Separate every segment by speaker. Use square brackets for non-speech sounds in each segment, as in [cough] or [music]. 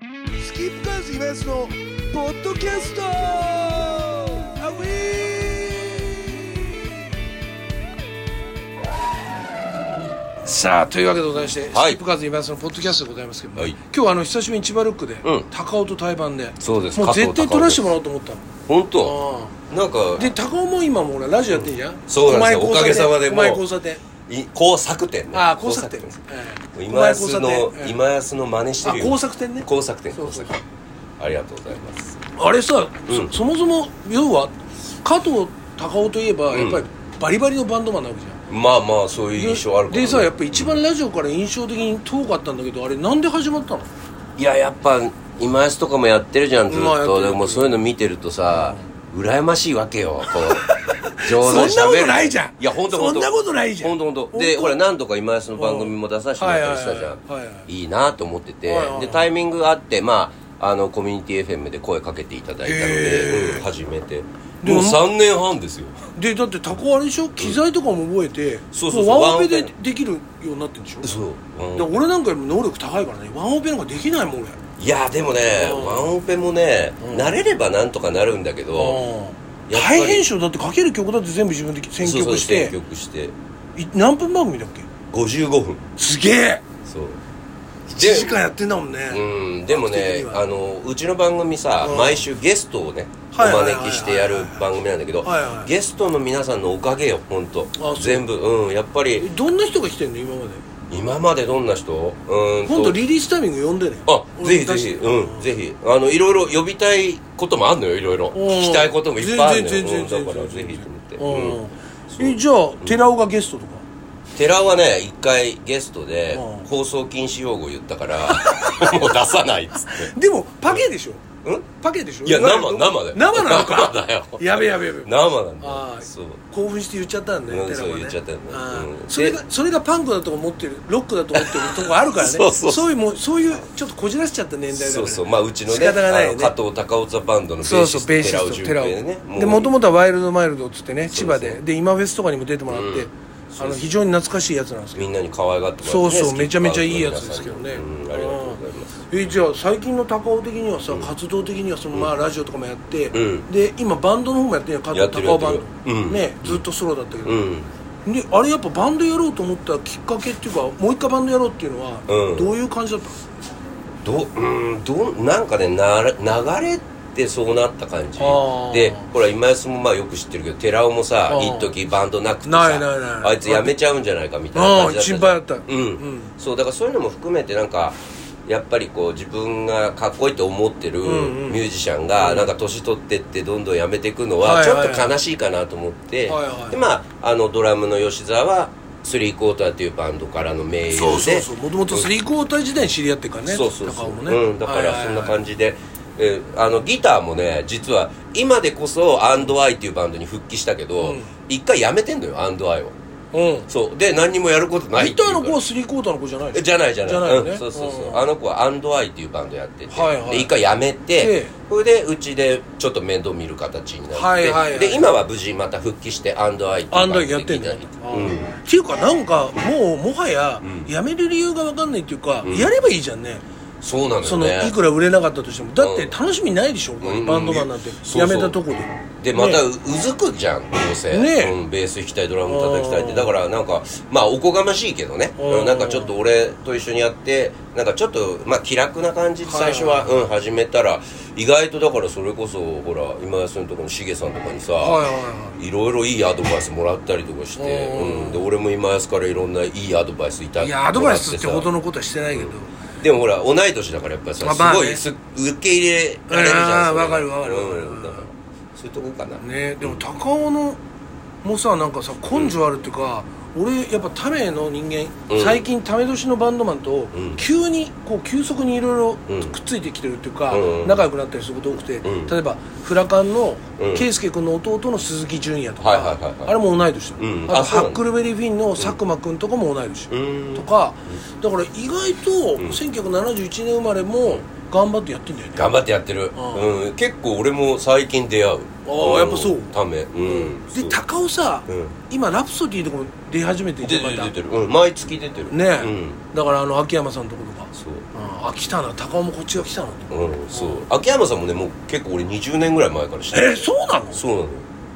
Speaker 1: キープカーズイベントのポッドキャストアウィーさあというわけでございまして、
Speaker 2: はい
Speaker 1: スキップカーズイベントのポッドキャストでございますけども、
Speaker 2: はい
Speaker 1: 今日あの久しぶりに千葉ロックで、
Speaker 2: うん
Speaker 1: 高尾と対バンで
Speaker 2: そうです
Speaker 1: もう
Speaker 2: 加藤
Speaker 1: 絶対
Speaker 2: 高尾
Speaker 1: 撮らせてもらおうと思ったの
Speaker 2: 本当
Speaker 1: あ
Speaker 2: なんか
Speaker 1: あで高尾も今もうほらラジオやってんじゃん、
Speaker 2: そうなんですよ
Speaker 1: 狛江交差点
Speaker 2: おかげさまでもう
Speaker 1: 狛江交差点
Speaker 2: い工作店ね
Speaker 1: ああ交差点
Speaker 2: 工
Speaker 1: ええ
Speaker 2: 今安
Speaker 1: 狛江交差
Speaker 2: の
Speaker 1: 点ええ
Speaker 2: 今安の真似してるよ
Speaker 1: あ工作店ね
Speaker 2: 工作店
Speaker 1: そうそう
Speaker 2: 工作店ありがとうございます
Speaker 1: あれさ、
Speaker 2: うん
Speaker 1: そそもそも要は加藤隆夫といえばや
Speaker 2: ん
Speaker 1: っぱりバリバリのバンドマンなわけじゃん、
Speaker 2: まあまあそういう印象あるからね
Speaker 1: でさやっぱ一番ラジオから印象的に遠かったんだけどあれなんで始まったの
Speaker 2: いややっぱ今安とかもやってるじゃんずっ
Speaker 1: まあやってる
Speaker 2: とでもそういうの見てるとさ羨ましいわけよこ
Speaker 1: [laughs]
Speaker 2: う冗
Speaker 1: そんなこと
Speaker 2: 喋る
Speaker 1: ないじゃん
Speaker 2: いや本当本当
Speaker 1: そんなことないじゃん
Speaker 2: 本当本当
Speaker 1: 本
Speaker 2: で
Speaker 1: 当
Speaker 2: ほら何度か今安の番組も出させてもらったりしたじゃ
Speaker 1: はいはいはいはい
Speaker 2: んいいなと思ってて
Speaker 1: はいはい
Speaker 2: でタイミングがあってまああのコミュニティ FM で声かけていただいたの
Speaker 1: へ
Speaker 2: で
Speaker 1: ー
Speaker 2: うん始めて
Speaker 1: で
Speaker 2: もう3年半ですよ
Speaker 1: でだって隆夫あれでしょ機材とかも覚えて、
Speaker 2: そうそうそ
Speaker 1: も
Speaker 2: う
Speaker 1: ワンオペで
Speaker 2: ワンオペ
Speaker 1: できるようになってるでしょ
Speaker 2: そううん
Speaker 1: で俺なんかよりも能力高いからねワンオペなんかできないもん俺
Speaker 2: いやでもね
Speaker 1: うん
Speaker 2: ワンオペもね
Speaker 1: うん
Speaker 2: 慣れればなんとかなるんだけど
Speaker 1: うん
Speaker 2: やっぱり
Speaker 1: 大変っしょだってかける曲だって全部自分で選
Speaker 2: そうそ
Speaker 1: 曲
Speaker 2: う
Speaker 1: して
Speaker 2: 選曲して
Speaker 1: い何分番組だっけ
Speaker 2: 55分
Speaker 1: すげえ
Speaker 2: そう
Speaker 1: 1
Speaker 2: で
Speaker 1: 時間やってんだもんね、
Speaker 2: うんでも
Speaker 1: 圧
Speaker 2: ね
Speaker 1: 倒的には
Speaker 2: あのうちの番組さ、
Speaker 1: うん
Speaker 2: 毎週ゲストをねお
Speaker 1: はいはいはいはい
Speaker 2: 招きしてやる番組なんだけど、
Speaker 1: はいはい
Speaker 2: ゲストの皆さんのおかげよ本当
Speaker 1: そう
Speaker 2: 全部うんやっぱ
Speaker 1: え
Speaker 2: り
Speaker 1: どんな人が来てんの今まで
Speaker 2: 今までどんな人うーんと
Speaker 1: 今度リリースタイミング呼んでね
Speaker 2: あぜ
Speaker 1: 俺
Speaker 2: ひぜひ
Speaker 1: 出して
Speaker 2: うんぜひあのいろいろ呼びたいこともあんのよいろいろ
Speaker 1: うん
Speaker 2: 聞きたいこともいっぱいあるのよ
Speaker 1: 全然全然
Speaker 2: うんだから
Speaker 1: 全
Speaker 2: ぜ
Speaker 1: 然
Speaker 2: ひと思って、
Speaker 1: うん
Speaker 2: うん、
Speaker 1: えじゃあ寺尾がゲストとか
Speaker 2: 寺はね一回ゲストで
Speaker 1: うん
Speaker 2: 放送禁止用語言ったから [laughs] もう出さないっつって
Speaker 1: でもパケでしょ
Speaker 2: うん
Speaker 1: パケでしょ
Speaker 2: いや
Speaker 1: わゆ
Speaker 2: 生
Speaker 1: る
Speaker 2: 生だよ
Speaker 1: 生なのか
Speaker 2: [laughs] 生だよ
Speaker 1: やべやべやべ
Speaker 2: 生なんだ
Speaker 1: あ
Speaker 2: よ
Speaker 1: ー
Speaker 2: そう
Speaker 1: 興奮して言っちゃったんだよ
Speaker 2: うん
Speaker 1: ね寺尾はね
Speaker 2: そう言っちゃったよね
Speaker 1: あー
Speaker 2: うん
Speaker 1: それがそれがパンクだと思ってるロックだと思ってるとこあるからね
Speaker 2: [laughs] そうそう
Speaker 1: そういうもうそういうちょっとこじらせちゃった年代だから
Speaker 2: そうそうまあうちの
Speaker 1: 仕
Speaker 2: ね
Speaker 1: 方がないよ
Speaker 2: あの
Speaker 1: ね
Speaker 2: 加藤高尾ザバンドのベ
Speaker 1: そ
Speaker 2: ー
Speaker 1: う
Speaker 2: シ
Speaker 1: そう
Speaker 2: スト
Speaker 1: ベーシ
Speaker 2: 寺尾
Speaker 1: スト
Speaker 2: 純
Speaker 1: 寺
Speaker 2: 平
Speaker 1: 尾
Speaker 2: でね
Speaker 1: でもと
Speaker 2: も
Speaker 1: もとはワイルドマイルドっつってね千葉
Speaker 2: そう
Speaker 1: で
Speaker 2: そ
Speaker 1: で今フェスとかにも出てもらって、
Speaker 2: うん
Speaker 1: あの非常に懐かしいやつなんです
Speaker 2: う
Speaker 1: けど
Speaker 2: みんなに可愛がっても
Speaker 1: そ
Speaker 2: ら
Speaker 1: う
Speaker 2: ってね
Speaker 1: そう
Speaker 2: スキップ
Speaker 1: めちゃめちゃいいやつですけどね、
Speaker 2: うんありがとうございます
Speaker 1: うんえじゃあ最近の高尾的にはさ、活動的にはその、まあラジオとかもやって、
Speaker 2: うん
Speaker 1: で今バンドの方もやってんや加藤
Speaker 2: やってる
Speaker 1: 高尾バン
Speaker 2: やって
Speaker 1: ド、
Speaker 2: るうん
Speaker 1: ねずっとソロだったけど、
Speaker 2: うん
Speaker 1: であれやっぱバンドやろうと思ったきっかけっていうかもう一回バンドやろうっていうのは、
Speaker 2: うん
Speaker 1: どういう感じだったの
Speaker 2: どうんどうなんかねなら流れってそうなった感じ
Speaker 1: あー
Speaker 2: でほら今安もまあよく知ってるけど寺尾もさ
Speaker 1: あー
Speaker 2: 一時バンドなくてさ
Speaker 1: ないないない
Speaker 2: あいつ辞めちゃうんじゃないかみたいな感じだったじゃん
Speaker 1: あー心配だった
Speaker 2: うん、
Speaker 1: うん
Speaker 2: そうだからそういうのも含めてなんかやっぱりこう自分がかっこいいと思ってるミ
Speaker 1: んうん
Speaker 2: ュージシャンがなんか年取ってってどんどん辞めていくの
Speaker 1: は
Speaker 2: はいち
Speaker 1: はいは
Speaker 2: ょ
Speaker 1: い
Speaker 2: っと悲しいかなと思って、
Speaker 1: はいはい
Speaker 2: でまああのドラムの吉沢はスリークォーターっていうバンドからの名優で
Speaker 1: そうそうそうもともとスリークォーター時代に知り合ってるからね
Speaker 2: そうそうそ
Speaker 1: 高尾
Speaker 2: う、
Speaker 1: もね、
Speaker 2: うん、だからそんな感じで、えーあのギターもね実は今でこそ「&I」っていうバンドに復帰したけど、
Speaker 1: うん
Speaker 2: 一回やめてんのよ「&I」を
Speaker 1: じ、うん
Speaker 2: そうで何にもやることない
Speaker 1: ギターの
Speaker 2: って
Speaker 1: 子
Speaker 2: いう
Speaker 1: は
Speaker 2: か
Speaker 1: スリークォーターの子じゃないでし
Speaker 2: え
Speaker 1: ょ
Speaker 2: じゃないじゃない
Speaker 1: じゃないよね
Speaker 2: うん、そうそうそう、
Speaker 1: うん
Speaker 2: あの子は「&I」っていうバンドやってて、
Speaker 1: はいはい
Speaker 2: で一回やめ
Speaker 1: で
Speaker 2: てそれでうちでちょっと面倒見る形になって、
Speaker 1: はいはいはい
Speaker 2: で今は無事また復帰して「&I」っていう
Speaker 1: ア
Speaker 2: バン
Speaker 1: ン
Speaker 2: ド
Speaker 1: ド
Speaker 2: で
Speaker 1: やってんだよ
Speaker 2: ギター
Speaker 1: う
Speaker 2: やって
Speaker 1: んっていうかなんかもうもはややめる理由が分かんないっていうか、やればいいじゃんね
Speaker 2: うん、そうなの
Speaker 1: そ
Speaker 2: よ
Speaker 1: の
Speaker 2: ね
Speaker 1: いくら売れなかったとしてもだって
Speaker 2: うん
Speaker 1: 楽しみないでしょ、
Speaker 2: うん
Speaker 1: バンドマンなんて、
Speaker 2: そうそう
Speaker 1: やめたとこで
Speaker 2: でまた
Speaker 1: ね
Speaker 2: うずくじゃんどうせ、
Speaker 1: ね
Speaker 2: うん、ベース弾きたいドラム叩きたいっ
Speaker 1: う
Speaker 2: て
Speaker 1: ん
Speaker 2: だからなんかまあおこがましいけどね、
Speaker 1: うん
Speaker 2: うんなんかちょっと俺と一緒にやってなんかちょっとまあ気楽な感じで最初は、
Speaker 1: は
Speaker 2: うん、始めたら意外とだからそれこそほら今安のとこのしげさんとかにさ、
Speaker 1: はいはいはい
Speaker 2: いろいろいいアドバイスもらったりとかして、
Speaker 1: うん
Speaker 2: うん、で俺も今安からいろんないいアドバイスいただ
Speaker 1: い
Speaker 2: い
Speaker 1: やアドバイスってほど
Speaker 2: の
Speaker 1: のことはしてないけど、
Speaker 2: でもほら同い年だからやっぱさ、
Speaker 1: まあまあね
Speaker 2: すごいす受け入れられるじゃん
Speaker 1: あー
Speaker 2: それ
Speaker 1: わかるわかるわかる
Speaker 2: うんだからそういうとこかな、
Speaker 1: ねでも高尾のもさなんかさ根性あるっていうか、俺やっぱタメの人間、
Speaker 2: うん
Speaker 1: 最近タメ年のバンドマンと
Speaker 2: ん
Speaker 1: 急にこう急速にいろ
Speaker 2: う
Speaker 1: い
Speaker 2: ん
Speaker 1: ろくっついてきてるっていうか、
Speaker 2: うん
Speaker 1: 仲良くなったりすること多くて、
Speaker 2: うん
Speaker 1: 例えばフラカンの
Speaker 2: うん
Speaker 1: 圭佑、君の弟の鈴木純也とか、
Speaker 2: はいはいはいはい
Speaker 1: あれも同い年だよ、
Speaker 2: うん
Speaker 1: あと
Speaker 2: あ
Speaker 1: ハ
Speaker 2: そうな
Speaker 1: ッ
Speaker 2: んだ
Speaker 1: クルベリーフィンの佐久間君とかも同い年、
Speaker 2: うん
Speaker 1: とかだから意外と1971年生まれも頑張ってやってんだよね
Speaker 2: 頑張ってやってる、
Speaker 1: うん
Speaker 2: うん、結構俺も最近出会う
Speaker 1: あー
Speaker 2: ん
Speaker 1: やっぱそう
Speaker 2: ためうん
Speaker 1: で高尾さ、
Speaker 2: うん
Speaker 1: 今ラプソディーとかも出始めて
Speaker 2: 出
Speaker 1: るじゃ
Speaker 2: てる
Speaker 1: んま
Speaker 2: 出
Speaker 1: た
Speaker 2: てる、うん、毎月出てる
Speaker 1: ねえ、
Speaker 2: うん、
Speaker 1: だからあの秋山さんのとことか
Speaker 2: そう
Speaker 1: うんあ来たな高尾もこっちが来たなと
Speaker 2: うん、そう秋山さんもねもう結構俺20年ぐらい前から知って
Speaker 1: え
Speaker 2: る
Speaker 1: そうなの
Speaker 2: そうなの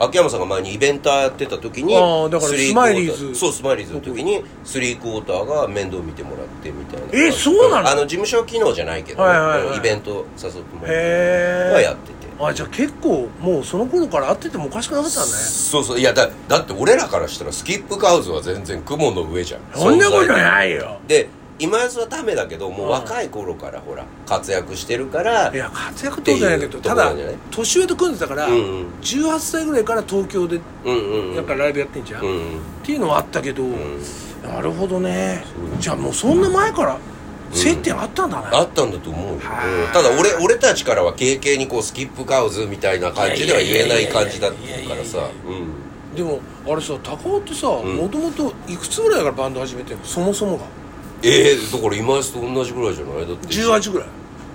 Speaker 2: 秋山さんが前にイベンターやってた時に
Speaker 1: あーだから
Speaker 2: スリ
Speaker 1: スマイリーズ
Speaker 2: クォタそうスマイリーズの時にスリークォーターが面倒見てもらってみたいな
Speaker 1: えそうなの
Speaker 2: あの事務所機能じゃないけど、
Speaker 1: はいはいはい
Speaker 2: イベント誘ってもらって
Speaker 1: へ
Speaker 2: は
Speaker 1: え
Speaker 2: やってて
Speaker 1: あじゃあ結構もうその頃から会っててもおかしくなかったね
Speaker 2: そうそういやだだって俺らからしたらスキップカウズは全然雲の上じゃん
Speaker 1: そんなことないいよ
Speaker 2: で今やつはダメだけども
Speaker 1: う
Speaker 2: うん若い頃からほら活躍してるから
Speaker 1: いや活躍ってことじゃないけど
Speaker 2: ってい
Speaker 1: た
Speaker 2: うとこな
Speaker 1: だ
Speaker 2: んじゃない
Speaker 1: 年上と組んでたから、
Speaker 2: うんうん
Speaker 1: 18歳ぐらいから東京で
Speaker 2: うんうんうん
Speaker 1: やっぱライブやってんじゃん、
Speaker 2: う
Speaker 1: っ
Speaker 2: ん
Speaker 1: ていうのはあったけど、
Speaker 2: うん
Speaker 1: なるほどね
Speaker 2: そう
Speaker 1: じゃあもうそんな前から接点あったんだね、
Speaker 2: あったんだと思うよ、うん
Speaker 1: はあ
Speaker 2: ただ俺俺たちからは軽々にこうスキップカウズみたいな感じでは言えない感じだったからさ
Speaker 1: いやいやいやいやいやいやいやいやでもあれさ高尾ってさ
Speaker 2: ん
Speaker 1: もともといくつぐらいからバンド始めてんのそもそもが
Speaker 2: ええー、だから今やつと同じぐらいじゃないだって
Speaker 1: 18ぐらい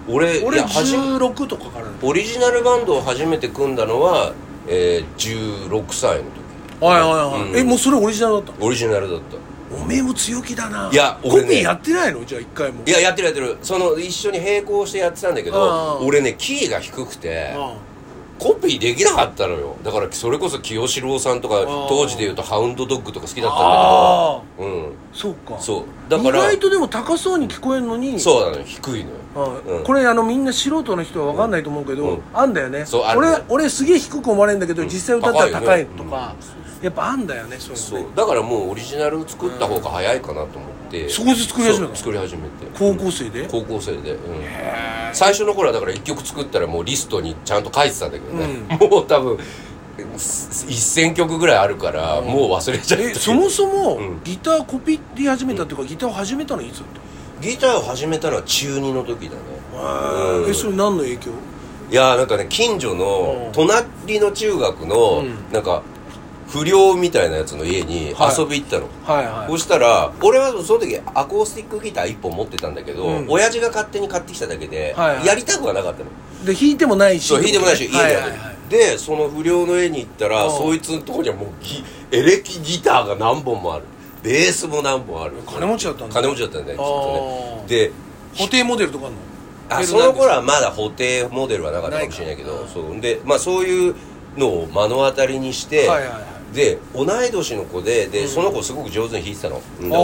Speaker 2: 俺い
Speaker 1: 俺
Speaker 2: や初め
Speaker 1: 16とかからだ
Speaker 2: オリジナルバンドを初めて組んだのは、えー、16歳の時
Speaker 1: はいはいはい、
Speaker 2: うん
Speaker 1: えもうそれオリジナルだった
Speaker 2: オリジナルだった
Speaker 1: おめえも強気だない
Speaker 2: や
Speaker 1: コ
Speaker 2: 俺ね
Speaker 1: ピーやってないのじゃあ一回も
Speaker 2: いややってるやってるその一緒に並行してやってたんだけ
Speaker 1: ああ
Speaker 2: ど俺ねキーが低くて
Speaker 1: あ
Speaker 2: コピーできなかったのよだからそれこそ清志郎さんとか
Speaker 1: ああ
Speaker 2: 当時でいうとハウンドドッグとか好きだった
Speaker 1: あ
Speaker 2: んだけどうん
Speaker 1: ーそうか
Speaker 2: そうだから
Speaker 1: 意外とでも高そうに聞こえるのに
Speaker 2: そうなのよ低いのよ
Speaker 1: あー
Speaker 2: うん
Speaker 1: これあのみんな素人の人は分かんないと思うけど、
Speaker 2: うん
Speaker 1: あんだよね
Speaker 2: そうある
Speaker 1: 俺俺すげえ低く思われるんだけど、実際歌ったら高
Speaker 2: 高い
Speaker 1: い
Speaker 2: よね
Speaker 1: とか、やっぱあんだよねそういう
Speaker 2: そ
Speaker 1: の
Speaker 2: う
Speaker 1: ね
Speaker 2: だからもうオリジナル作った方が早いかなと思って
Speaker 1: そこで作り始めたの
Speaker 2: そう作り始めて
Speaker 1: 高校生で、
Speaker 2: 高校生で、うん、最初の頃はだから1曲作ったらもうリストにちゃんと書いてたんだけどね、もう多分す1000曲ぐらいあるからもう忘れちゃった、
Speaker 1: えそもそも
Speaker 2: うん
Speaker 1: ギターコピー始めたっていうか、ギターを始めたのいつだった
Speaker 2: ギターを始めたのは中2の時だね
Speaker 1: の
Speaker 2: うん
Speaker 1: えそれ何の影響
Speaker 2: いやーなんかね近所
Speaker 1: う
Speaker 2: の
Speaker 1: ん
Speaker 2: 隣の中学の、
Speaker 1: うん
Speaker 2: なんか不良みたいなやつの家に
Speaker 1: はい
Speaker 2: 遊び行ったの、
Speaker 1: はいは
Speaker 2: そしたら俺はその時アコースティックギター1本持ってたんだけど、
Speaker 1: うん
Speaker 2: 親父が勝手に買ってきただけで、
Speaker 1: はいはい
Speaker 2: やりたくはなかったの
Speaker 1: いで弾いてもないし
Speaker 2: そう弾いてもないし家で
Speaker 1: は
Speaker 2: や
Speaker 1: い
Speaker 2: る、
Speaker 1: はいはい
Speaker 2: でその不良の家に行ったら
Speaker 1: うん
Speaker 2: そいつのとこにはもうギエレキギターが何本もあるベースも何本ある
Speaker 1: 金持ちだったんだ
Speaker 2: 金持ちだったんだよきっ
Speaker 1: あー
Speaker 2: とねで
Speaker 1: 固定モデルとかあんの
Speaker 2: あ
Speaker 1: ベル
Speaker 2: そ
Speaker 1: なん
Speaker 2: の
Speaker 1: です
Speaker 2: 頃はまだ布袋モデルはなかったかもしれないけ
Speaker 1: ない
Speaker 2: ど
Speaker 1: か
Speaker 2: そうで、まあ、そういうのを目の当たりにして、
Speaker 1: はいはいはい
Speaker 2: で同い年の子でで、その子すごく上手に弾いてたの
Speaker 1: あ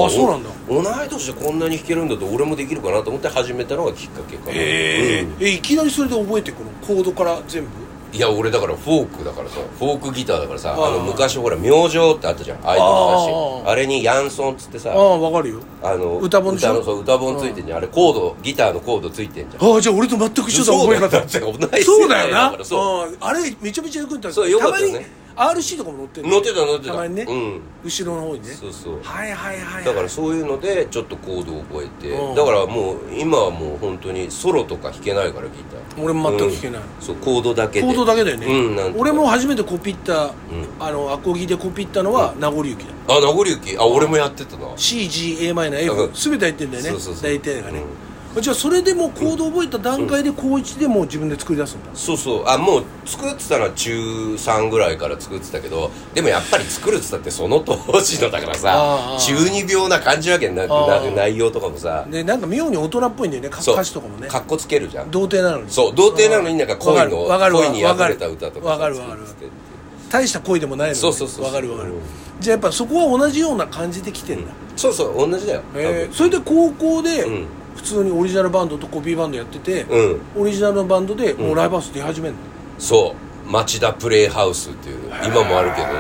Speaker 1: ーそうなんだ
Speaker 2: 同い年でこんなに弾けるんだと俺もできるかなと思って始めたのがきっかけかな
Speaker 1: え
Speaker 2: うん
Speaker 1: えいきなりそれで覚えてくのコードから全部
Speaker 2: いや俺だからフォークだからさフォークギターだからさ
Speaker 1: あー
Speaker 2: あの昔ほら「明星」ってあったじゃんアイドルだし
Speaker 1: あー
Speaker 2: あれにヤンソンっつってさ
Speaker 1: ああわかるよ
Speaker 2: あの
Speaker 1: 歌本でしょ
Speaker 2: のそう歌本ついてんじゃんあれコードギターのコードついてんじゃん
Speaker 1: ああじゃあ俺と全く一緒だ
Speaker 2: そう
Speaker 1: 覚え
Speaker 2: だよだ
Speaker 1: 方
Speaker 2: って同い
Speaker 1: そう
Speaker 2: 世
Speaker 1: だ
Speaker 2: 代
Speaker 1: よ
Speaker 2: だ
Speaker 1: な
Speaker 2: からそう
Speaker 1: うんあれめちゃめちゃよく言ったん
Speaker 2: そうよかったよね
Speaker 1: たまに RC とかも乗ってる
Speaker 2: 乗ってた乗ってた
Speaker 1: たまにね
Speaker 2: うん
Speaker 1: 後ろの方にね
Speaker 2: そうそう
Speaker 1: はいはいはいはい
Speaker 2: だからそういうのでちょっとコードを覚えて
Speaker 1: うん
Speaker 2: だからもう今はもう本当にソロとか弾けないからギター
Speaker 1: 俺も全く弾けない
Speaker 2: うんそうコードだけで
Speaker 1: コードだけだよね、
Speaker 2: うんなんとか
Speaker 1: 俺も初めてコピった、
Speaker 2: ん
Speaker 1: あのアコギでコピったのは名残雪だ
Speaker 2: あ名残雪あ俺もやってたな
Speaker 1: CGAmF 全て入っ
Speaker 2: うん
Speaker 1: てんだよね
Speaker 2: そうそうそう
Speaker 1: 大体がね、じゃあそれでもうコード覚えた段階で高一でもう自分で作り出すんだ、
Speaker 2: そうそうあもう作ってたのは中3ぐらいから作ってたけどでもやっぱり作るっつったってその当時のだから
Speaker 1: あ
Speaker 2: さ
Speaker 1: ー
Speaker 2: 中二病な感じわけになって
Speaker 1: あー
Speaker 2: な内容とかもさ
Speaker 1: でなんか妙に大人っぽいんだよねか
Speaker 2: そう
Speaker 1: 歌詞とかもね
Speaker 2: かっこつけるじゃん
Speaker 1: 童貞なのに
Speaker 2: そう童貞なのになんか恋の
Speaker 1: わかるわか
Speaker 2: 恋
Speaker 1: る
Speaker 2: に破れた歌とかさ
Speaker 1: わかるわかる
Speaker 2: 作ってて
Speaker 1: 大した恋でもないのに
Speaker 2: そうそうそうそう
Speaker 1: わかるわかる、
Speaker 2: うん
Speaker 1: じゃあやっぱそこは同じような感じで来てんだ、
Speaker 2: そうそう同じだよ
Speaker 1: へえそれで高校で
Speaker 2: うん
Speaker 1: 普通にオリジナルバンドとコピーバンドやってて、
Speaker 2: 多分うん
Speaker 1: オリジナルのバンドでもうライブハウス出始めるの、
Speaker 2: そう町田プレイハウスっていう今もあるけどね、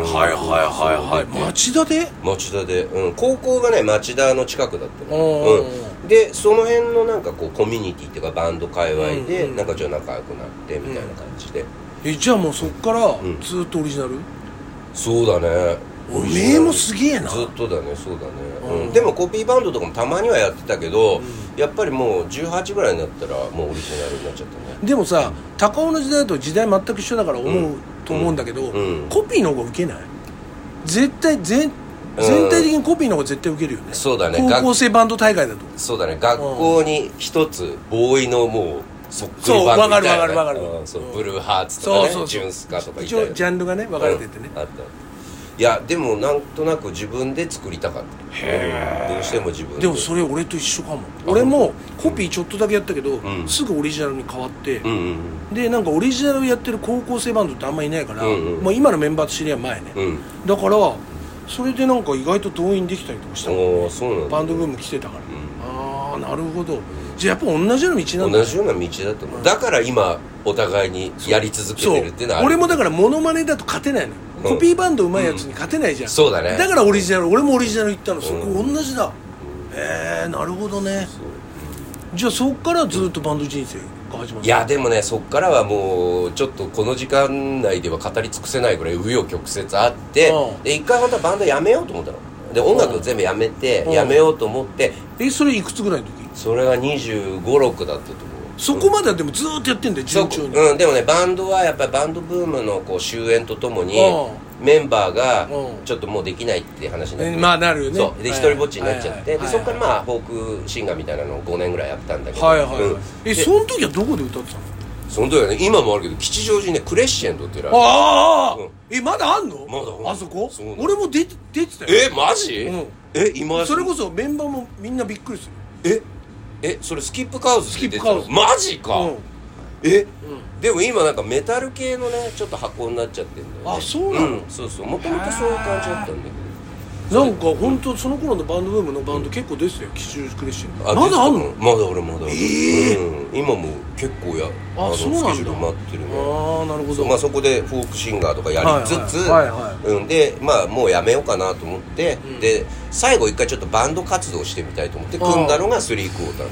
Speaker 2: うんそう
Speaker 1: 町田で
Speaker 2: 町田で、うん、高校がね町田の近くだった
Speaker 1: お
Speaker 2: の、
Speaker 1: ー
Speaker 2: うん、でその辺のなんかこうコミュニティっていうかバンド界隈で、
Speaker 1: うんうん
Speaker 2: なんかちょっと仲良くなってみたいな感じで、
Speaker 1: えじゃあもうそっから
Speaker 2: ん
Speaker 1: ずっとオリジナル、
Speaker 2: そうだね
Speaker 1: おめえもすげえな
Speaker 2: ずっとだねそうだね、
Speaker 1: うん
Speaker 2: うんでもコピーバンドとかもたまにはやってたけど、やっぱりもう18ぐらいになったらもうオリジナルになっちゃったね
Speaker 1: でもさ高尾の時代と時代全く一緒だから思う、と思うんだけど、
Speaker 2: うん
Speaker 1: コピーの方がウケない絶対ぜ全体的にコピーの方が絶対受けるよね
Speaker 2: そうだね
Speaker 1: 高校生バンド大会だと
Speaker 2: そうだね学校に一つボーイのもうそっくりバンドみたいなね、
Speaker 1: そうわかるわかるわかる
Speaker 2: うんそう
Speaker 1: うん
Speaker 2: ブルーハーツとか
Speaker 1: そ
Speaker 2: ね
Speaker 1: うそうそう
Speaker 2: ジュンスカとかい
Speaker 1: 一
Speaker 2: たよ
Speaker 1: 応ジャンルがね分かれててね
Speaker 2: うんあったいやでもなんとなく自分で作りたかったへえどうしても自分
Speaker 1: でもそれ俺と一緒かも俺もコピーちょっとだけやったけど
Speaker 2: ん
Speaker 1: すぐオリジナルに変わって
Speaker 2: うんうん
Speaker 1: でなんかオリジナルやってる高校生バンドってあんまいないから
Speaker 2: うんうん
Speaker 1: まあ今のメンバーと知り合い前ね
Speaker 2: うんうん
Speaker 1: だからそれでなんか意外と動員できたりとかした
Speaker 2: おおそうなんだ
Speaker 1: バンドブーム来てたからああなるほどじゃあやっぱ同じような道なんだ
Speaker 2: 同じような道だと思うだから今お互いにやり続け
Speaker 1: そ
Speaker 2: て
Speaker 1: う
Speaker 2: るっていうのはある
Speaker 1: 俺もだからモノマネだと勝てないのよ
Speaker 2: うん
Speaker 1: コピーバンドうまいやつに勝てないじゃん、
Speaker 2: うんそうだね
Speaker 1: だからオリジナル俺もオリジナル行ったのそこ
Speaker 2: う
Speaker 1: 同じだへえなるほどね
Speaker 2: そう
Speaker 1: じゃあそっからずっとバンド人生が始まった
Speaker 2: いやでもねそっからはもうちょっとこの時間内では語り尽くせないぐらい紆余曲折あって、
Speaker 1: うん
Speaker 2: で一回またバンドやめようと思ったので音楽全部やめて、
Speaker 1: うん
Speaker 2: やめようと思って
Speaker 1: えそれいくつぐらいの時
Speaker 2: それが2 5 6だったと思う
Speaker 1: そこまではでもずーっとやってんだよ順調に、
Speaker 2: そううん、でもねバンドはやっぱりバンドブームのこう終焉とともに
Speaker 1: う
Speaker 2: メンバーが
Speaker 1: うん
Speaker 2: ちょっともうできないって話になっ
Speaker 1: え
Speaker 2: て、
Speaker 1: まあなるよね
Speaker 2: そうで
Speaker 1: はい
Speaker 2: 一人ぼっちになっちゃって、
Speaker 1: はいはい
Speaker 2: でそこからまあフォークシンガーみたいなのを5年ぐらいやったんだけど、
Speaker 1: はいはいはい、
Speaker 2: うん
Speaker 1: えその時はどこで歌ってたの
Speaker 2: その時はね今もあるけど吉祥寺にねクレッシェンドっていうライブ
Speaker 1: ああ、
Speaker 2: うん
Speaker 1: えまだあんの
Speaker 2: まだ
Speaker 1: あそこ
Speaker 2: そうなの
Speaker 1: 俺も出て出てたよ
Speaker 2: えマジ、
Speaker 1: うん
Speaker 2: え今
Speaker 1: それこそメンバーもみんなびっくりする
Speaker 2: ええそれスキップカウズって出てたの
Speaker 1: スキップ
Speaker 2: マジか、
Speaker 1: うん
Speaker 2: え、でも今なんかメタル系のねちょっと箱になっちゃってんだよ、
Speaker 1: あ
Speaker 2: ね、
Speaker 1: そうなの
Speaker 2: んそうそうもともとそういう感じだったんだけ
Speaker 1: なんか本当その頃のバンドブームのバンド結構ですよ、キシュークレッシェン
Speaker 2: ど
Speaker 1: ドまだあんの
Speaker 2: 実はまだ俺まだ、
Speaker 1: ええ
Speaker 2: うん、今も結構や
Speaker 1: あそうなん
Speaker 2: ス
Speaker 1: だ
Speaker 2: ケジュール待ってるね
Speaker 1: ああなるほ
Speaker 2: そ
Speaker 1: ど、
Speaker 2: うまあ、そこでフォークシンガーとかやりつつ、
Speaker 1: はいはいはい
Speaker 2: うん、でまあもうやめようかなと思って、
Speaker 1: ん
Speaker 2: で最後一回ちょっとバンド活動してみたいと思って
Speaker 1: あー
Speaker 2: 組んだのがスリークォーター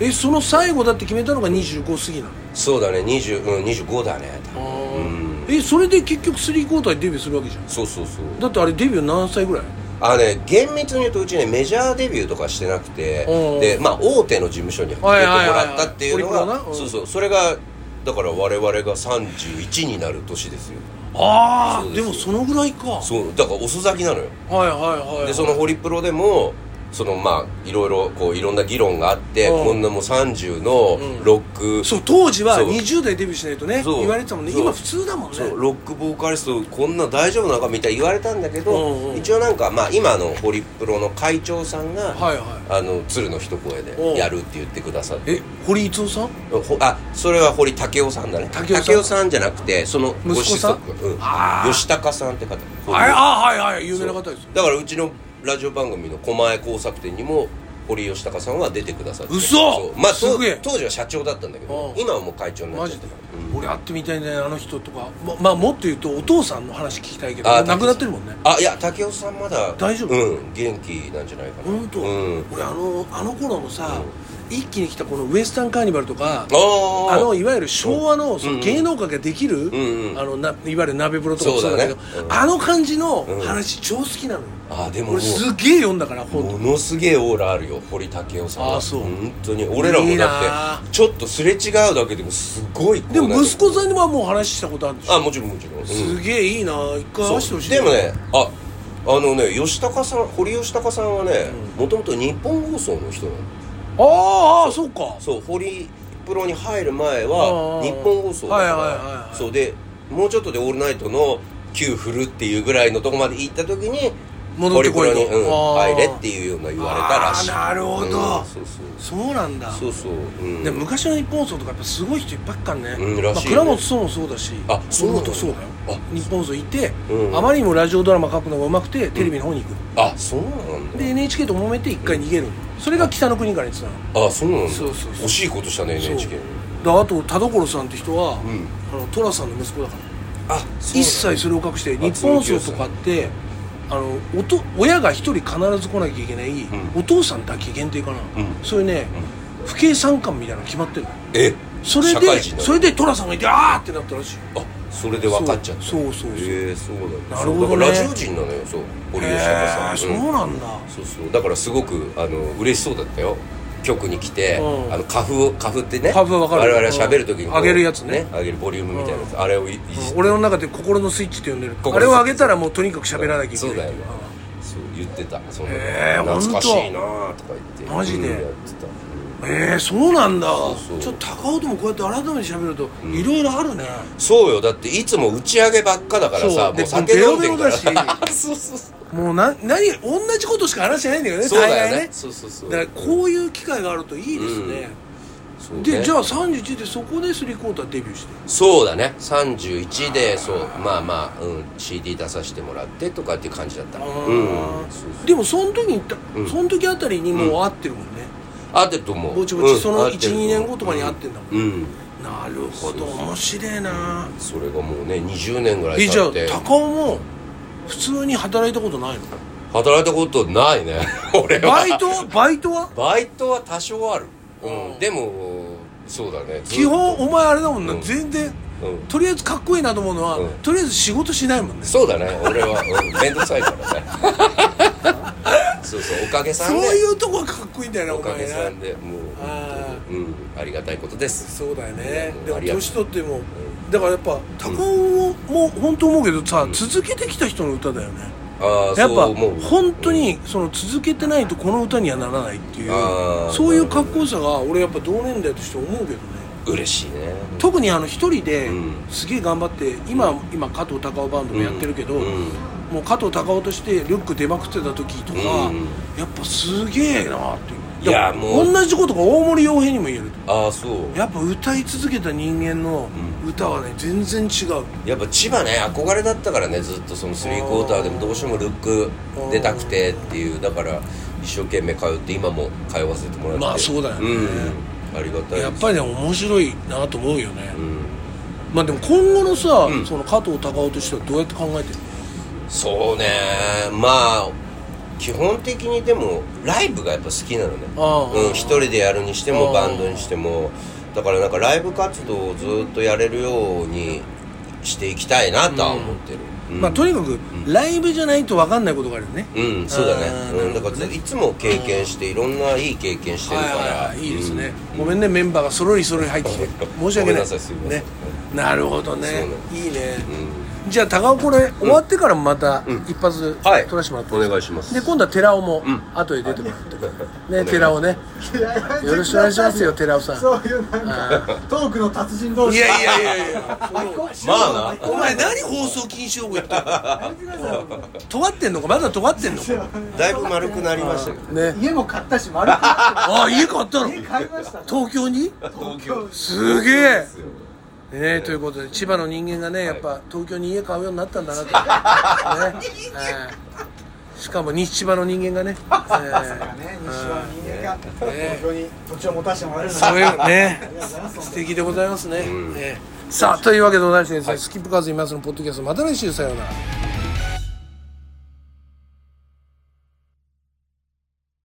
Speaker 1: えその最後だって決めたのが25過ぎなの
Speaker 2: そうだね20、うん、25だね
Speaker 1: あー
Speaker 2: うん
Speaker 1: えそれで結局3交代でデビューするわけじゃん
Speaker 2: そうそうそう
Speaker 1: だってあれデビュー何歳ぐらい
Speaker 2: あのね厳密に言うとうちねメジャーデビューとかしてなくて
Speaker 1: うん
Speaker 2: でまあ大手の事務所に入れてもらったっていうの
Speaker 1: はいはいはい
Speaker 2: が
Speaker 1: はいオリプロなうん
Speaker 2: そうそうそれがだから我々が31になる年ですよ
Speaker 1: あ
Speaker 2: そ
Speaker 1: あ
Speaker 2: う
Speaker 1: で
Speaker 2: です
Speaker 1: もそのぐらいかはい
Speaker 2: そうだから遅咲きなのよ
Speaker 1: はいはい
Speaker 2: でそのホリプロでもそのまあいろいろこういろんな議論があって
Speaker 1: うん
Speaker 2: こんなもう30のロック
Speaker 1: そう当時は
Speaker 2: そう
Speaker 1: 20代デビューしないとね
Speaker 2: そう
Speaker 1: 言われてたもんね
Speaker 2: そう
Speaker 1: 今普通だもんね
Speaker 2: そうロックボーカリストこんな大丈夫なのかみたいに言われたんだけど、
Speaker 1: うんうん
Speaker 2: 一応なんか、まあ、今のホリプロの会長さんが、
Speaker 1: はいはい
Speaker 2: あの鶴の一声
Speaker 1: うん
Speaker 2: でやるって言ってくださって
Speaker 1: え堀逸夫さん
Speaker 2: ほあそれは堀武雄さんだね
Speaker 1: 武雄さん
Speaker 2: 雄さんじゃなくてその
Speaker 1: 息子さん
Speaker 2: ご子息うん
Speaker 1: あー
Speaker 2: 吉高さんって方
Speaker 1: あれあーはいはい有名な方ですよ
Speaker 2: だからうちのラジオ番組の狛江工作店にも堀吉高さんは出てくださって
Speaker 1: 嘘
Speaker 2: そうまあ
Speaker 1: す
Speaker 2: と
Speaker 1: げえ
Speaker 2: 当時は社長だったんだけど
Speaker 1: うん
Speaker 2: 今はもう会長にな
Speaker 1: マ
Speaker 2: っちゃ
Speaker 1: ジ
Speaker 2: っ
Speaker 1: で
Speaker 2: てる、
Speaker 1: 俺会ってみたいねあの人とかままあもっと言うとお父さんの話聞きたいけど
Speaker 2: あー
Speaker 1: 亡くなってるもんね
Speaker 2: あいや武雄さんまだ
Speaker 1: 大丈夫
Speaker 2: うん元気なんじゃないかな
Speaker 1: 本当、
Speaker 2: うん
Speaker 1: 俺あのあの頃のさ、一気に来たこのウエスタンカーニバルとか
Speaker 2: あー
Speaker 1: あのいわゆる昭和のその
Speaker 2: うん
Speaker 1: 芸能界ができる、
Speaker 2: んうん
Speaker 1: あのないわゆる鍋風呂とかもそうだけど
Speaker 2: そうだねうん
Speaker 1: あの感じの
Speaker 2: ん
Speaker 1: 話超好きなのよ、
Speaker 2: あでももう
Speaker 1: 俺すげえ読んだから本
Speaker 2: ものすげえオーラあるよ堀武雄さんは
Speaker 1: あそう
Speaker 2: 本当に俺らも
Speaker 1: いい
Speaker 2: だ
Speaker 1: な
Speaker 2: ってちょっとすれ違うだけでもすごいこう
Speaker 1: で
Speaker 2: なん
Speaker 1: も
Speaker 2: か
Speaker 1: 息子さんにはもう話したことあるんでしょ
Speaker 2: あもちろんもちろん、うん
Speaker 1: すげえいいな一回会わせてほしい
Speaker 2: でもねああのね吉高さん堀吉高さんはねもともと日本放送の人なの
Speaker 1: あーあーそうか
Speaker 2: そう堀プロに入る前
Speaker 1: あー
Speaker 2: は日本放送だか
Speaker 1: はいはいはいは
Speaker 2: ら
Speaker 1: い
Speaker 2: そうでもうちょっとで「オールナイト」の旧フルっていうぐらいのとこまで行った時に
Speaker 1: 戻ってこいと
Speaker 2: ホリプロに、うん
Speaker 1: あー
Speaker 2: 入れっていうような言われたらしい
Speaker 1: あーなるほど
Speaker 2: うんそう
Speaker 1: そうなんだ
Speaker 2: そうそうそう、うん、
Speaker 1: で昔の日本放送とかやっぱすごい人いっぱいいっからね,、
Speaker 2: うん
Speaker 1: まあ、
Speaker 2: らしいね
Speaker 1: 倉本壮もそうだし
Speaker 2: あそうなんだ
Speaker 1: 本そうだよ
Speaker 2: あ
Speaker 1: 日本放送いて、
Speaker 2: うん
Speaker 1: あまりにもラジオドラマ書くのがうまくてテレビの方に行く、
Speaker 2: あそうなんだ
Speaker 1: で NHK と揉めて一回逃げる、それが北の国からにつながる
Speaker 2: あそうなんだ
Speaker 1: そうそうそう
Speaker 2: 惜しいことしたね NHK
Speaker 1: だあと田所さんって人は、
Speaker 2: ん
Speaker 1: あの寅さんの息子だから
Speaker 2: あそう
Speaker 1: 一切それを隠して日本放送とかってあのおと親が一人必ず来なきゃいけない、
Speaker 2: ん
Speaker 1: お父さんだけ限定かな、
Speaker 2: ん
Speaker 1: そういうね、不敬参観みたいなの決まってるの
Speaker 2: え
Speaker 1: それ
Speaker 2: 社会人
Speaker 1: で
Speaker 2: だ
Speaker 1: それで寅さんがいてあーってなったらしいよ
Speaker 2: あそれで分かっちゃった
Speaker 1: そうそうそうそう
Speaker 2: ええそうだ
Speaker 1: なるほどね
Speaker 2: そうだからラジオ人なのよそう堀吉高さん
Speaker 1: へーそう
Speaker 2: うん
Speaker 1: なんだ、
Speaker 2: そうそうだからすごくあの嬉しそうだったよ局に来て、
Speaker 1: うん
Speaker 2: あの花粉を花粉ってね
Speaker 1: 花粉わかる
Speaker 2: 我々が喋る時にこ
Speaker 1: う
Speaker 2: う
Speaker 1: ん上げるやつね
Speaker 2: 上げるボリュームみたいなやつ、あれをいいじって
Speaker 1: 俺の中で心のスイッチって呼んでる
Speaker 2: 心
Speaker 1: あ
Speaker 2: の
Speaker 1: れ
Speaker 2: スイッ
Speaker 1: を
Speaker 2: チ
Speaker 1: 上げたらもうとにかく喋らなきゃいけない
Speaker 2: そうだよね
Speaker 1: う
Speaker 2: 言ってたその
Speaker 1: へー
Speaker 2: 懐かしいな
Speaker 1: ほ
Speaker 2: とか言って
Speaker 1: マジで
Speaker 2: うんやってたうん
Speaker 1: えー、そうなんだ
Speaker 2: そうそう
Speaker 1: ちょっと高尾ともこうやって改めて喋ると
Speaker 2: うん
Speaker 1: いろいろあるね、
Speaker 2: そうよだっていつも打ち上げばっかだから
Speaker 1: そ
Speaker 2: さ
Speaker 1: う
Speaker 2: も
Speaker 1: で
Speaker 2: う酒飲んでるから
Speaker 1: ベロベロだ
Speaker 2: [laughs] そうそうそう
Speaker 1: もうな何同じことしか話してないんだよね
Speaker 2: そうだ
Speaker 1: 大
Speaker 2: よ
Speaker 1: 概
Speaker 2: ねそうそうそう
Speaker 1: だからこういう機会があるといいですね、
Speaker 2: そうね
Speaker 1: でじゃあ31でそこでスリークォーターデビューして
Speaker 2: そうだね31でそうまあまあ、うん、CD 出させてもらってとかっていう感じだった
Speaker 1: あ
Speaker 2: うん
Speaker 1: ー
Speaker 2: そうそう
Speaker 1: でもその時にた、
Speaker 2: うん
Speaker 1: その時あたりにもう合ってるもんね、
Speaker 2: 合ってると思う
Speaker 1: ぼちぼち
Speaker 2: うん
Speaker 1: その
Speaker 2: 合ってる
Speaker 1: 12年後とかに合ってんだもん
Speaker 2: うん、うん
Speaker 1: なるほど
Speaker 2: そうそう
Speaker 1: 面白いな
Speaker 2: それがもうね20年ぐらい
Speaker 1: えじゃ
Speaker 2: 経
Speaker 1: あ
Speaker 2: って
Speaker 1: 高尾も普通に働いたことないの
Speaker 2: 働いたことないね [laughs] 俺は
Speaker 1: バイトバイトは
Speaker 2: バイトは多少ある、うん
Speaker 1: うん
Speaker 2: でもそうだねずっと
Speaker 1: 基本お前あれだもんな、
Speaker 2: うん
Speaker 1: 全然
Speaker 2: うん
Speaker 1: とりあえずかっこいいなと思うのは、
Speaker 2: うん
Speaker 1: とりあえず仕事しないもんね
Speaker 2: そうだね俺はうん面倒くさいからね [laughs] そうそうおかげさ
Speaker 1: そ
Speaker 2: ん
Speaker 1: う
Speaker 2: で
Speaker 1: いうとこがかっこいいんだよな
Speaker 2: お
Speaker 1: お
Speaker 2: かげ
Speaker 1: 前
Speaker 2: さ
Speaker 1: なん
Speaker 2: でもう
Speaker 1: あ
Speaker 2: 本当にうんありがたいことです
Speaker 1: そうだよね
Speaker 2: うん
Speaker 1: でも
Speaker 2: ありがとう
Speaker 1: 年取ってもだからやっぱ高尾も本当思うけどさ、続けてきた人の歌だよね
Speaker 2: ああ
Speaker 1: やっぱ
Speaker 2: そう思う
Speaker 1: 本当にその続けてないとこの歌にはならないっていう
Speaker 2: あー
Speaker 1: そういうかっこよさが俺やっぱ同年代として思うけどね
Speaker 2: 嬉しいね
Speaker 1: 特にあの一人で
Speaker 2: うん
Speaker 1: すげえ頑張って今今加藤隆夫バンドもやってるけど、
Speaker 2: うんうん
Speaker 1: もう加藤隆夫としてリュック出まくってた時とか、
Speaker 2: うん
Speaker 1: やっぱすげえなっていう
Speaker 2: いやもう
Speaker 1: 同じことが大森洋平にも言える
Speaker 2: ああそう
Speaker 1: やっぱ歌い続けた人間の歌はね全然違う
Speaker 2: やっぱ千葉ね憧れだったからねずっとそのスリークォーターでもどうしてもルック出たくてっていうだから一生懸命通って今も通わせてもらって
Speaker 1: まあそうだよね
Speaker 2: うん、ありがたい
Speaker 1: やっぱりね面白いなと思うよね、
Speaker 2: り、うん、
Speaker 1: まあでも今後のさ、
Speaker 2: うん
Speaker 1: その加藤隆夫としてはどうやって考えてる
Speaker 2: そうねまあ基本的にでもライブがやっぱ好きなのね
Speaker 1: ああ
Speaker 2: うん、一人でやるにしても
Speaker 1: ああ
Speaker 2: バンドにしてもだからなんかライブ活動をずっとやれるようにしていきたいなとは思ってる、うん
Speaker 1: まあとにかく、
Speaker 2: ん
Speaker 1: ライブじゃないと分かんないことがあるよね
Speaker 2: うん、そうだ
Speaker 1: あ
Speaker 2: ね、
Speaker 1: ー
Speaker 2: うん、だからずいつも経験していろんないい経験してる
Speaker 1: は
Speaker 2: か
Speaker 1: いはい
Speaker 2: ら
Speaker 1: はいいいですね、
Speaker 2: うん
Speaker 1: ごめんねメンバーがそろりそろり入ってきて申し訳
Speaker 2: ごめん
Speaker 1: ない
Speaker 2: なさいすいません
Speaker 1: ねなるほど
Speaker 2: そうな
Speaker 1: ね
Speaker 2: の
Speaker 1: いいね、
Speaker 2: う
Speaker 1: じゃあ高尾これ、終わってからまた
Speaker 2: うん
Speaker 1: 一発撮
Speaker 2: はい
Speaker 1: らせてもらってい
Speaker 2: ん
Speaker 1: い
Speaker 2: お願いします
Speaker 1: で今度は寺尾も
Speaker 2: ん
Speaker 1: 後で出てもら
Speaker 2: [laughs]
Speaker 1: って、
Speaker 2: 願
Speaker 1: ね
Speaker 2: い
Speaker 1: 寺尾ねよ
Speaker 3: よ
Speaker 1: ろしくお願いしますよ寺尾さん
Speaker 3: そういうなんかトークの達人同
Speaker 1: い
Speaker 3: 士
Speaker 1: やいやいやいや
Speaker 2: まあな
Speaker 1: お前何放送禁止用語言ってんの
Speaker 3: やめてくださ
Speaker 1: [laughs] 尖ってんのかまだ尖ってんのか
Speaker 2: だいぶ丸くなりましたけど
Speaker 1: ね
Speaker 3: い家も買ったし丸くな
Speaker 1: ああ家買ったの
Speaker 3: って家買いました
Speaker 1: 東京に
Speaker 3: 東京
Speaker 1: すげえねえということで千葉の人間がねやっぱ東京に家買うようになったんだなとねはいしかも西千葉の人間がねえ
Speaker 3: だ
Speaker 1: ー
Speaker 3: ね西は人間が東京に土地を持たせてもらえる
Speaker 1: そういうね
Speaker 3: ありがとうございます
Speaker 1: 素敵でございますね、
Speaker 2: ん
Speaker 1: ええさあというわけでございましてですね、スキップカーズいますのポッドキャストまた来週さようなら